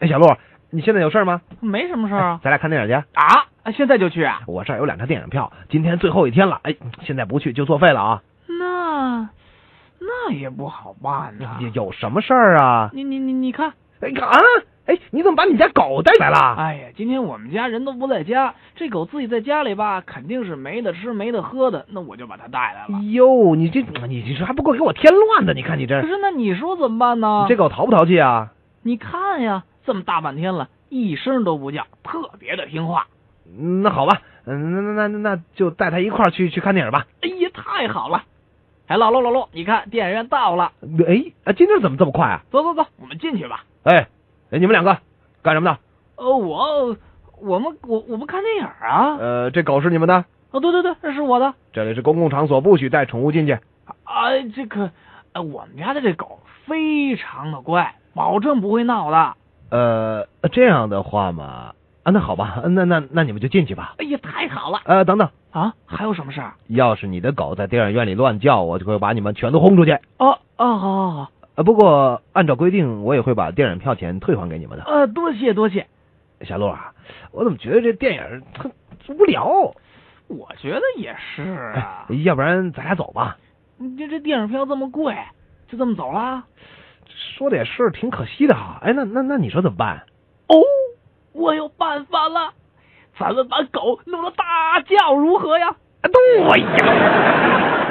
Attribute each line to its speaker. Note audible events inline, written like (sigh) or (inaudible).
Speaker 1: 哎，小鹿，你现在有事儿吗？哎
Speaker 2: 没什么事儿啊。
Speaker 1: 咱俩看电影去。
Speaker 2: (laughs) 啊，现在就去啊？
Speaker 1: 我这儿有两张电影票，今天最后一天了，哎，现在不去就作废了啊！
Speaker 2: 那那也不好办呐、
Speaker 1: 有有什么事儿啊？
Speaker 2: 你你你你看，
Speaker 1: 哎啊！哎，你怎么把你家狗带来了？
Speaker 2: 哎呀，今天我们家人都不在家，这狗自己在家里吧，肯定是没得吃没得喝的，那我就把它带来了。
Speaker 1: 哟，哎你这你你这还不够给我添乱的，你看你这
Speaker 2: 可是那你说怎么办呢？
Speaker 1: 这狗淘不淘气啊？
Speaker 2: 你看呀，这么大半天了，一声都不叫，特别的听话。
Speaker 1: 嗯那好吧，嗯，那那那那就带它一块儿去去看电影吧。
Speaker 2: 哎呀，太好了！哎，老陆老陆，你看电影院到了，
Speaker 1: 哎，啊，今天怎么这么快啊？
Speaker 2: 走走走，我们进去吧。
Speaker 1: 哎，哎你们两个干什么呢？
Speaker 2: 哦，我我们我我们看电影啊。
Speaker 1: 呃，这狗是你们的？
Speaker 2: 哦，对对对，这是我的。
Speaker 1: 这里是公共场所，不许带宠物进去。
Speaker 2: 啊，这个，呃，我们家的这狗非常的乖，保证不会闹的。
Speaker 1: 呃，这样的话嘛，啊，那好吧，那那那你们就进去吧。
Speaker 2: 哎呀，太好了
Speaker 1: 呃，等等，
Speaker 2: 啊！还有什么事儿？
Speaker 1: 要是你的狗在电影院里乱叫，我就会把你们全都轰出去。
Speaker 2: 哦哦，好好好，
Speaker 1: 呃，不过按照规定，我也会把电影票钱退还给你们的。
Speaker 2: 呃，多谢多谢。
Speaker 1: 小鹿啊，我怎么觉得这电影它无聊？哎
Speaker 2: 我觉得也是啊，
Speaker 1: 要不然咱俩走吧。
Speaker 2: 你这这电影票这么贵，就这么走啦？
Speaker 1: 说的也是，挺可惜的哈。哎，那那那你说怎么办？
Speaker 2: 哦，我有办法了，咱们把狗弄得大叫如何呀？
Speaker 1: 啊，对呀。